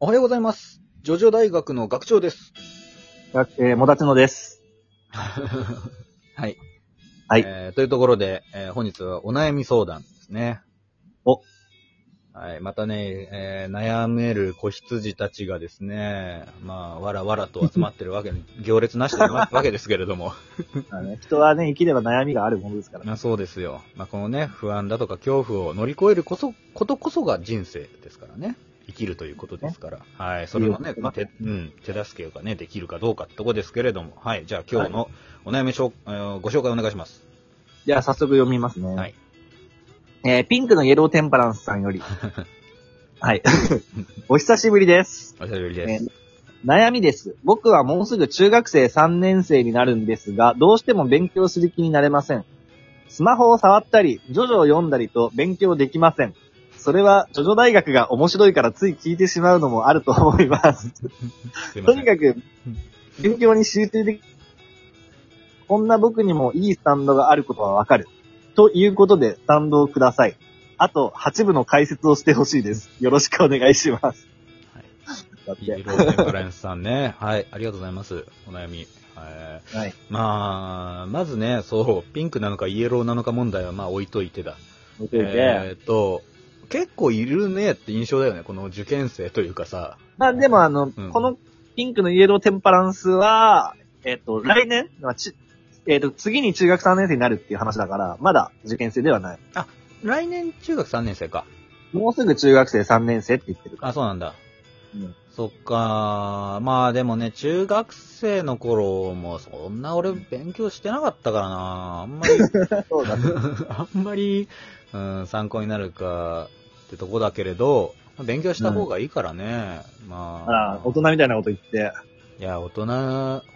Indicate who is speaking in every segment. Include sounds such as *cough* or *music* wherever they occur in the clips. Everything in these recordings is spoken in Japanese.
Speaker 1: おはようございます。ジョジョ大学の学長です。
Speaker 2: えー、もだちのです。
Speaker 1: はい。
Speaker 2: はい
Speaker 1: えーというところで、えー本日はお悩み相談ですね。
Speaker 2: お。
Speaker 1: はい。またね、えー悩める子羊たちがですね、まあ、わらわらと集まってるわけ、 *laughs* 行列なしでわけですけれども。
Speaker 2: あのね人はね、生きれば悩みがあるものですからね。
Speaker 1: まあそうですよ。まあこのね、不安だとか恐怖を乗り越えるこそ、ことこそが人生ですからね。生きるということですから。はい。それのね、
Speaker 2: いいよ
Speaker 1: まあ、手、うん、手助けがね、できるかどうかってとこですけれども。はい。じゃあ今日のお悩みしょ、えーご紹介お願いします。
Speaker 2: じゃあ、早速読みますね。
Speaker 1: はい。
Speaker 2: えー、ピンクのイエローテンパランスさん *laughs* より。はい。 *laughs* お久しぶりです。
Speaker 1: お久しぶりです。
Speaker 2: 悩みです。僕はもうすぐ中学生3年生になるんですが、どうしても勉強する気になれません。スマホを触ったり、ジョジョを読んだりと勉強できません。それは、ジョジョ大学が面白いからつい聞いてしまうのもあると思います。
Speaker 1: すいま
Speaker 2: と
Speaker 1: せん
Speaker 2: に。かく、勉強に集中でき、こんな僕にもいいスタンドがあることはわかる。ということで、スタンドをください。あと、8部の解説をしてほしいです。よろしくお願いします。
Speaker 1: はい
Speaker 2: だっ
Speaker 1: イエ
Speaker 2: て。
Speaker 1: ローテンパレンスさんね。はい。ありがとうございます。お悩み。はい。
Speaker 2: はい。
Speaker 1: まあ、まずね、そう、ピンクなのかイエローなのか問題はまあ置いといてだ。
Speaker 2: 見ていて。
Speaker 1: えーっと、結構いるねって印象だよね、この受験生というかさ。
Speaker 2: まあ、でもあの、
Speaker 1: うん
Speaker 2: このピンクのイエローテンパランスは、えっ、と、来年、まあちえっ、と、次に中学3年生になるっていう話だから、まだ受験生ではない。
Speaker 1: 来年中学3年生か。
Speaker 2: もうすぐ中学生3年生って言ってるから。
Speaker 1: あ、そうなんだ。
Speaker 2: うん
Speaker 1: そっかまあでもね、中学生の頃もそんな俺勉強してなかったからなあん
Speaker 2: *laughs*
Speaker 1: まり、 *laughs*
Speaker 2: そうだね。
Speaker 1: あんまり、うん、参考になるかってとこだけれど、勉強した方がいいからね。まあ。
Speaker 2: ああ、大人みたいなこと言って。
Speaker 1: いや、大人、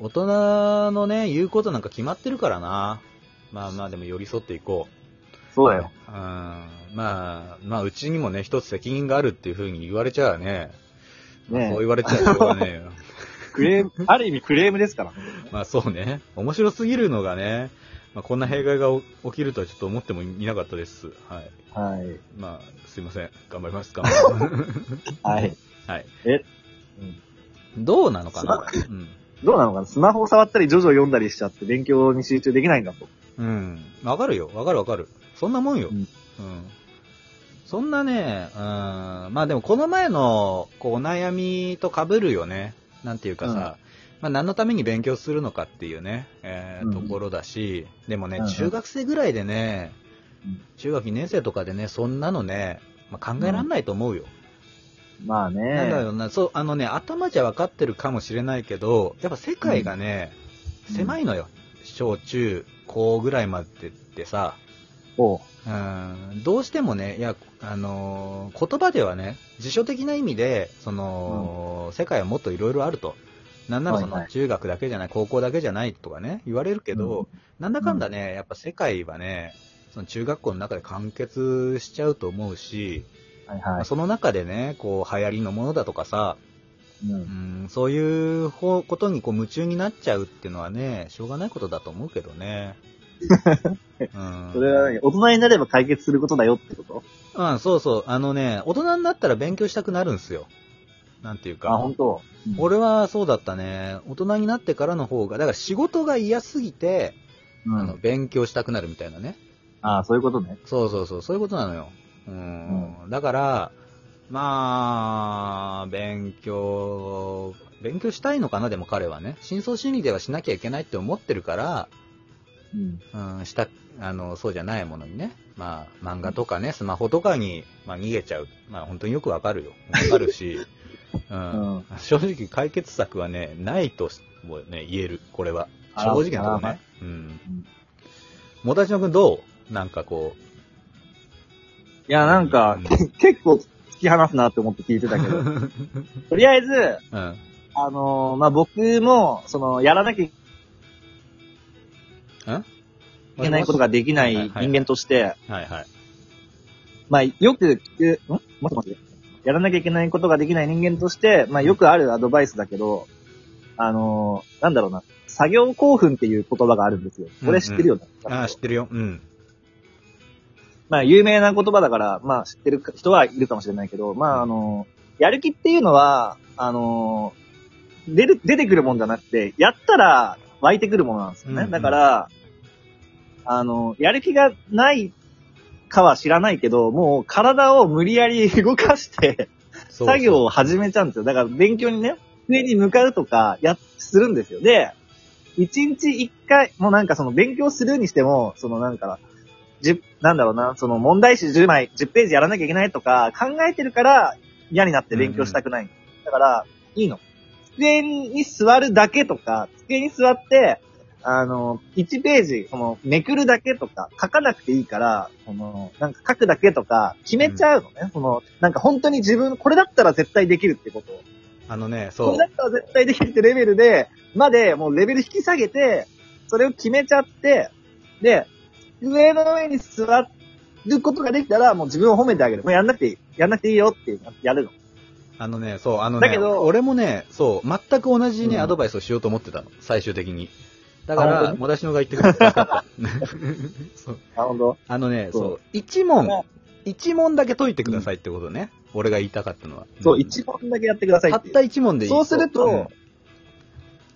Speaker 1: 大人のね、言うことなんか決まってるからな。まあまあ、でも寄り添っていこう。
Speaker 2: そうだよ。
Speaker 1: うん。まあ、まあ、うちにもね、一つ責任があるっていうふうに言われちゃうね。
Speaker 2: ねえ
Speaker 1: そう言われちゃうしょうがね *laughs* えよ。
Speaker 2: クレー *laughs* ム、ある意味クレームですからね。
Speaker 1: まあそうね。面白すぎるのがね、まあ、こんな弊害がお起きるとはちょっと思ってもいなかったです。はい。
Speaker 2: はい。
Speaker 1: まあ、すいません。頑張ります。頑張り
Speaker 2: *laughs*
Speaker 1: ます。
Speaker 2: はい。
Speaker 1: はい。
Speaker 2: えうん
Speaker 1: どうなのかなうん。
Speaker 2: どうなのかなスマホを触ったり、ジョジョを読んだりしちゃって勉強に集中できないんだと。
Speaker 1: うん。わかるよ。わかるわかる。そんなもんよ。う
Speaker 2: うんん。
Speaker 1: そんなね、うん。まあでもこの前の、こう、お悩みと被るよね。なんていうかさ、
Speaker 2: うん
Speaker 1: まあ何のために勉強するのかっていうね、えー
Speaker 2: うん
Speaker 1: ところだし、でもね、
Speaker 2: うんうん
Speaker 1: 中学生ぐらいでね
Speaker 2: うん、
Speaker 1: 中学2年生とかでね、そんなのね、まあ、考えらんないと思うよ。
Speaker 2: まあ
Speaker 1: なんだろ
Speaker 2: ね。
Speaker 1: うな、そう、あのね、頭じゃ分かってるかもしれないけど、やっぱ世界がね、
Speaker 2: うん
Speaker 1: 狭いのよ。小中高ぐらいまでってさ、
Speaker 2: そ
Speaker 1: うん、どうしてもね、いや、あのー言葉ではね、辞書的な意味で、その、世界はもっといろいろあると。なんならそ
Speaker 2: はい
Speaker 1: の
Speaker 2: は
Speaker 1: 中学だけじゃない、高校だけじゃないとかね、言われるけど、なんだかんだね、やっぱ世界はね、その中学校の中で完結しちゃうと思うし、
Speaker 2: う。はいは
Speaker 1: その中でね、こう、流行りのものだとかさ、
Speaker 2: い。う。
Speaker 1: うんん、そういう方ことにこう夢中になっちゃうっていうのはね、しょうがないことだと思うけど
Speaker 2: *laughs*
Speaker 1: ね。うん、
Speaker 2: それは何大人になれば解決することだよってこと
Speaker 1: うん、そうそう。あのね、大人になったら勉強したくなるんすよ。なんていう
Speaker 2: あ、
Speaker 1: か
Speaker 2: 本。当。うん
Speaker 1: 俺はそうだったね。大人になってからの方が、だから仕事が嫌すぎて、
Speaker 2: う
Speaker 1: あの、
Speaker 2: ん。
Speaker 1: 勉強したくなるみたいなね。
Speaker 2: あそういうことね。
Speaker 1: そうそうそう、そういうことなのよ。うん。だから、まあ、勉強、勉強したいのかな、でも彼はね。深層心理ではしなきゃいけないって思ってるから、
Speaker 2: うん。
Speaker 1: うん、した、あの、そうじゃないものにね。まあ、漫画とかね、スマホとかに、まあ、逃げちゃう。まあ、本当によくわかるよ。わかる
Speaker 2: *laughs*
Speaker 1: し、うん。
Speaker 2: うん。
Speaker 1: 正直、解決策はね、ないともね、言える、これは。
Speaker 2: あら
Speaker 1: 正直なとこ
Speaker 2: あら
Speaker 1: ね。うん
Speaker 2: うん。
Speaker 1: もたちのくんどうなんかこう、
Speaker 2: いや、なんか、
Speaker 1: う
Speaker 2: 結構突き放すなって思って聞いてたけ *laughs* ど。とりあえず、
Speaker 1: うん。
Speaker 2: あのーまあ、僕も、その、やらなきゃいけないことができない人間として、
Speaker 1: はいはい。
Speaker 2: まあ、よく聞く、ん待って待って。やらなきゃいけないことができない人間として、まあ、よくあるアドバイスだけど、あのーなんだろうな。作業興奮っていう言葉があるんですよ。これ知ってるよね。
Speaker 1: ああ、知ってるよ。うん。
Speaker 2: まあ、有名な言葉だから、まあ、知ってる人はいるかもしれないけど、まあ、あのーやる気っていうのは、あのー出る、出てくるもんじゃなくて、やったら湧いてくるものなんですよね。
Speaker 1: うんうん
Speaker 2: だから、あのーやる気がないかは知らないけど、もう体を無理やり動かして、
Speaker 1: そう
Speaker 2: 作業を始めちゃうんですよ。だから勉強にね、上に向かうとか、や、するんですよ。で、一日一回、もうなんかその勉強するにしても、そのなんか、十、なんだろうな、その問題集10枚、10ページやらなきゃいけないとか、考えてるから嫌になって勉強したくない。だから、いいの。机に座るだけとか、机に座って、あの、1ページ、その、めくるだけとか、書かなくていいから、その、なんか書くだけとか、決めちゃうのね。その、なんか本当に自分、これだったら絶対できるってことを。
Speaker 1: あのね、
Speaker 2: こ
Speaker 1: そ
Speaker 2: れ
Speaker 1: う
Speaker 2: だ。ったら絶対できるってレベルで、まで、もうレベル引き下げて、それを決めちゃって、で、上の上に座ることができたら、もう自分を褒めてあげる。もうやんなくていい。やんなくていいよっていうのやるの。
Speaker 1: あのね、そう、あのね、
Speaker 2: だけど
Speaker 1: 俺もね、そう、全く同じね、
Speaker 2: うん
Speaker 1: アドバイスをしようと思ってたの、最終的に。だか
Speaker 2: あ本
Speaker 1: ら、
Speaker 2: 当に
Speaker 1: もだしのが言ってくれて助
Speaker 2: *laughs*
Speaker 1: かったそう
Speaker 2: なるほど。
Speaker 1: あのね、
Speaker 2: そう
Speaker 1: そう、一問
Speaker 2: ね、
Speaker 1: 一問だけ解いてくださいってことね。俺が言いたかったのは。
Speaker 2: そう、
Speaker 1: ん
Speaker 2: 一問だけやってください
Speaker 1: た
Speaker 2: っ
Speaker 1: って
Speaker 2: いう
Speaker 1: た一問でいい。
Speaker 2: そうすると
Speaker 1: うん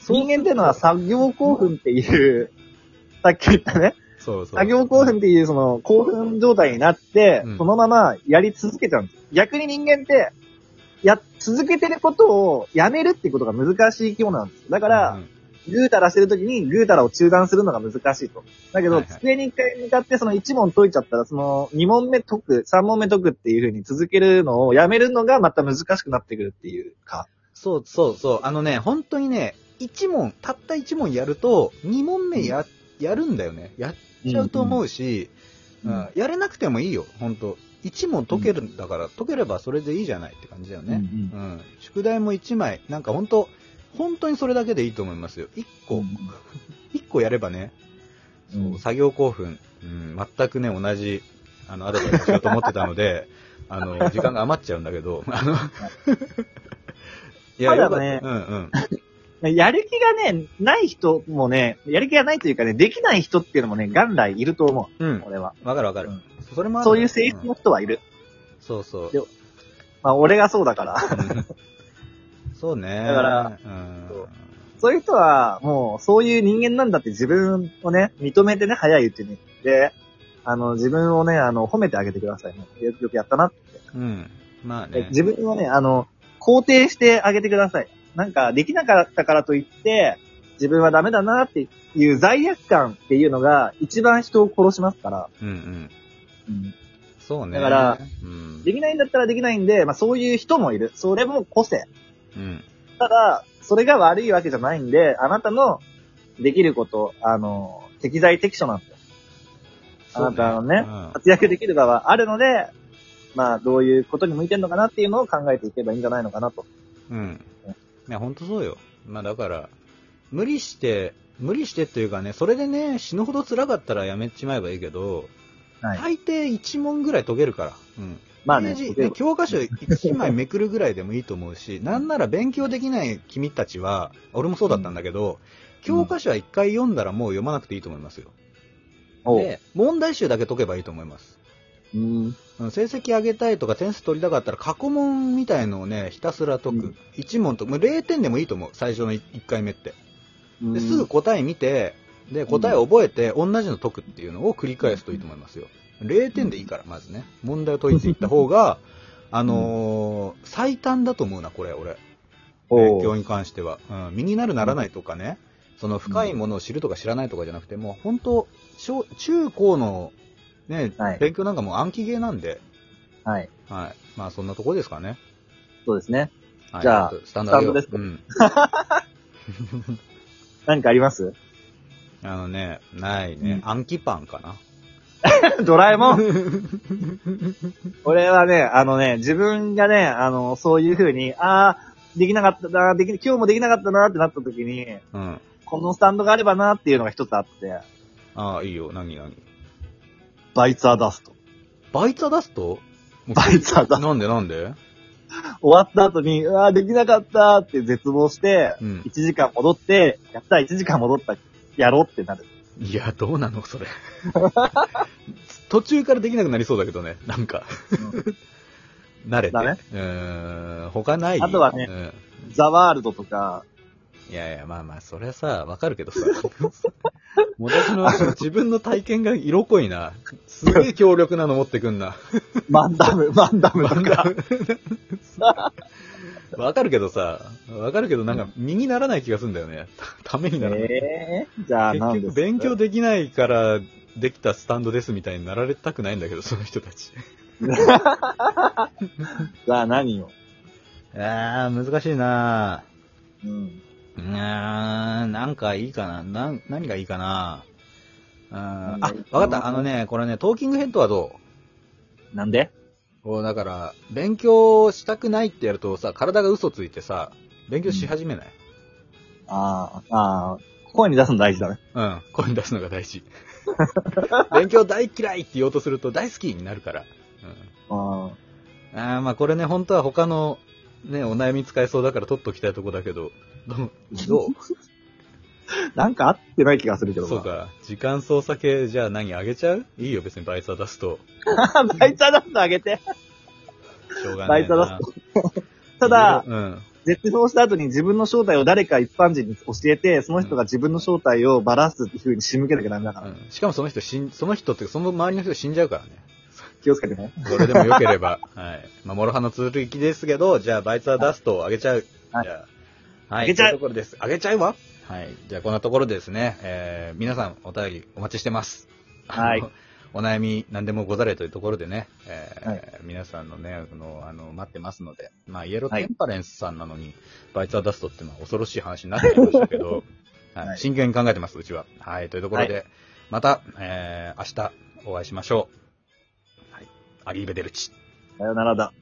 Speaker 2: 人間っていうのは作業興奮っていう、さっき言ったね、
Speaker 1: そうそう。
Speaker 2: 作業興奮っていうその興奮状態になって
Speaker 1: うん、
Speaker 2: そのままやり続けちゃうんです。逆に人間って、や、続けてることをやめるってことが難しい生き物なんですよ。だか
Speaker 1: う
Speaker 2: ら、
Speaker 1: ん
Speaker 2: ぐうたらしてる時にぐうたらを中断するのが難しいと。だけど、
Speaker 1: はいはい
Speaker 2: 机に一回向かってその一問解いちゃったら、その二問目解く、三問目解くっていう風に続けるのをやめるのがまた難しくなってくるっていうか。
Speaker 1: そうそうそう。あのね、本当にね、一問、たった一問やると、二問目や、やるんだよね。やっちゃうと思うし、
Speaker 2: うんうん
Speaker 1: うんやれなくてもいいよ、本当一問解けるんだから、解ければそれでいいじゃないって感じだよね。
Speaker 2: うんうん
Speaker 1: うん。宿題も一枚、なんか本当本当にそれだけでいいと思いますよ。一個、一個やればね、そう
Speaker 2: うん
Speaker 1: 作業興奮、うん、全くね、同じ、あの、アドバイスしようと思ってたの
Speaker 2: *laughs*
Speaker 1: で、あの、時間が余っちゃうんだけど、 *laughs* あの、い
Speaker 2: ただね
Speaker 1: よかったうんうん。
Speaker 2: やる気がね、ない人もね、やる気がないというかね、できない人っていうのもね、元来いると思
Speaker 1: う
Speaker 2: う、
Speaker 1: ん。
Speaker 2: 俺は。
Speaker 1: わかるわかる。
Speaker 2: うん
Speaker 1: それもある
Speaker 2: そういう性質
Speaker 1: うん
Speaker 2: の人はいる。
Speaker 1: そうそう。
Speaker 2: *laughs* でまあ、俺がそうだから。
Speaker 1: う
Speaker 2: *laughs*
Speaker 1: んそうね。
Speaker 2: だから、
Speaker 1: うん
Speaker 2: そうそういう人は、もう、そういう人間なんだって自分をね、認めてね、早いうちに。で、あの、自分をね、あの、褒めてあげてくださいね。よくよくやったなって。
Speaker 1: うん。まあね。
Speaker 2: 自分をね、あの、肯定してあげてください。なんか、できなかったからといって、自分はダメだなっていう罪悪感っていうのが、一番人を殺しますから。
Speaker 1: うんうん。そうね。
Speaker 2: だから、
Speaker 1: うん。
Speaker 2: できないんだったらできないんで、まあそういう人もいる。それも個性。
Speaker 1: うん。
Speaker 2: ただ、それが悪いわけじゃないんで、あなたのできること、あの、適材適所なんですよ。あなたのね、活躍できる場はあるので、まあどういうことに向いてるのかなっていうのを考えていけばいいんじゃないのかなと。
Speaker 1: うん。うん。いや、ほんとそうよ。まあだから、無理して、無理してっていうかね、それでね、死ぬほど辛かったらやめちまえばいいけど、
Speaker 2: は
Speaker 1: 大
Speaker 2: い
Speaker 1: 抵1問ぐらい解けるから。うん。
Speaker 2: まあね、
Speaker 1: ページね教科書1枚めくるぐらいでもいいと思うし、なんなら勉強できない君たちは、俺もそうだったんだけど、教科書は1回読んだらもう読まなくていいと思いますよ。
Speaker 2: おう
Speaker 1: で、問題集だけ解けばいいと思います。
Speaker 2: うん。
Speaker 1: うん成績上げたいとか点数取りたかったら過去問みたいのをね、ひたすら解
Speaker 2: う
Speaker 1: く
Speaker 2: ん。
Speaker 1: 1問と、もう0点でもいいと思う、最初の1回目って。
Speaker 2: うん
Speaker 1: ですぐ答え見て、で、答え覚えて、同じの解くっていうのを繰り返すといいと思いますよ。0点でいいから、まずね。問題を解いていった方が、あのー最短だと思うな、これ、俺。
Speaker 2: お
Speaker 1: 勉
Speaker 2: う
Speaker 1: 強に関しては。うん、身になるならないとかね、その深いものを知るとか知らないとかじゃなくて、もう本当、小中高の、ね、
Speaker 2: はい
Speaker 1: 勉強なんかもう暗記ゲーなんで、
Speaker 2: はい。
Speaker 1: はい。まあ、そんなとこですかね。
Speaker 2: そうですね。
Speaker 1: はい、
Speaker 2: じゃあ
Speaker 1: ちょっとスタンド上げよう
Speaker 2: スタ
Speaker 1: うん。
Speaker 2: 何かあります *laughs*
Speaker 1: あのね、ないね。
Speaker 2: う
Speaker 1: 暗記パンかな。
Speaker 2: ドラえ
Speaker 1: *laughs*
Speaker 2: もん俺はね、あのね、自分がね、あの、そういう風に、ああ、できなかったな、でき、今日もできなかったなってなった時に、
Speaker 1: うん。
Speaker 2: このスタンドがあればなっていうのが一つあって、
Speaker 1: ああ、いいよ。何何
Speaker 2: バイツァーダスト。
Speaker 1: バイツァ出すと
Speaker 2: バイツァーダス
Speaker 1: なんでなんで
Speaker 2: ト。終わった後に、うわーできなかったって絶望して、
Speaker 1: うん
Speaker 2: 1。時間戻って、やった1時間戻った、やろうってなる。
Speaker 1: いや、どうなのそ
Speaker 2: *laughs*
Speaker 1: れ。途中からできなくなりそうだけどね。なんか。慣れて。
Speaker 2: だね
Speaker 1: うーん、他ないよ
Speaker 2: あとはね
Speaker 1: うん
Speaker 2: ザワールドとか、
Speaker 1: いやいや、まあまあ、それはさ、わかるけど
Speaker 2: *laughs*
Speaker 1: さ。もだちの自分の体験が色濃いな。すげえ強力なの持ってくんな。
Speaker 2: マ
Speaker 1: *laughs*
Speaker 2: ンダム、マンダムとか。
Speaker 1: わかるけどさ、わかるけどなんか身にならない気がするんだよね。 *laughs* たためにならない。
Speaker 2: ええじゃあ
Speaker 1: 結
Speaker 2: 何で
Speaker 1: 局
Speaker 2: す
Speaker 1: 勉強できないからできたスタンドですみたいになられたくないんだけど、その人たち。
Speaker 2: じゃあ何を。
Speaker 1: ああ、難しいな
Speaker 2: うん。
Speaker 1: うーん、なんかいいかな。なん、何がいいかなうーんあ、わかった。あのね、これね、トーキングヘッドはどう
Speaker 2: なんで
Speaker 1: こう、だから、勉強したくないってやるとさ、体が嘘ついてさ、勉強し始めない。
Speaker 2: ああ、ああ、声に出すの大事だね。
Speaker 1: うん、声に出すのが大
Speaker 2: *laughs*
Speaker 1: 事。勉強大嫌いって言おうとすると大好きになるから。
Speaker 2: うん。
Speaker 1: うん、あーまあこれね、本当は他の、ね、お悩み使えそうだから取っときたいとこだけど、どうど
Speaker 2: なんか合ってない気がするけ
Speaker 1: う
Speaker 2: ど
Speaker 1: そうか。時間操作系、じゃあ何あげちゃういいよ、別にバイザー出すと。
Speaker 2: か。 *laughs* バイザー出すのあげて。
Speaker 1: しょうがな
Speaker 2: バ
Speaker 1: い
Speaker 2: イザ
Speaker 1: な
Speaker 2: ー。ただ、
Speaker 1: うん。
Speaker 2: 絶望した後に自分の正体を誰か一般人に教えて、その人が自分の正体をばらすっていう風に仕向けなきゃダメだか
Speaker 1: う
Speaker 2: ら。
Speaker 1: ん、しかもその人死ん、その人っていうかその周りの人死んじゃうからね。
Speaker 2: 気をつけてね。
Speaker 1: どれでも良けれ
Speaker 2: *laughs*
Speaker 1: ば。はい。まあ、モロハの続きですけど、じゃあ、バイツは出すとあげちゃう。
Speaker 2: はい
Speaker 1: じゃあ、はい。
Speaker 2: あげちゃう
Speaker 1: というところです。あげちゃうわ。はい。じゃあ、こんなところでですね、えー、皆さんお便りお待ちしてます。
Speaker 2: はい
Speaker 1: あの。 *laughs* お悩み何でもござれというところでね、えー
Speaker 2: は
Speaker 1: 皆さんのね、この、あの、待ってますので、まあ、イエローテンパレンスさんなのに、バイツは出すとっていうのは恐ろしい話になってきましたけ *laughs* ど、はい
Speaker 2: はい
Speaker 1: 真剣に考えてます、うちは。はい。というところで、また、えー、明日お会いしましょう。はい。アリーベデルチ。
Speaker 2: さよならだ。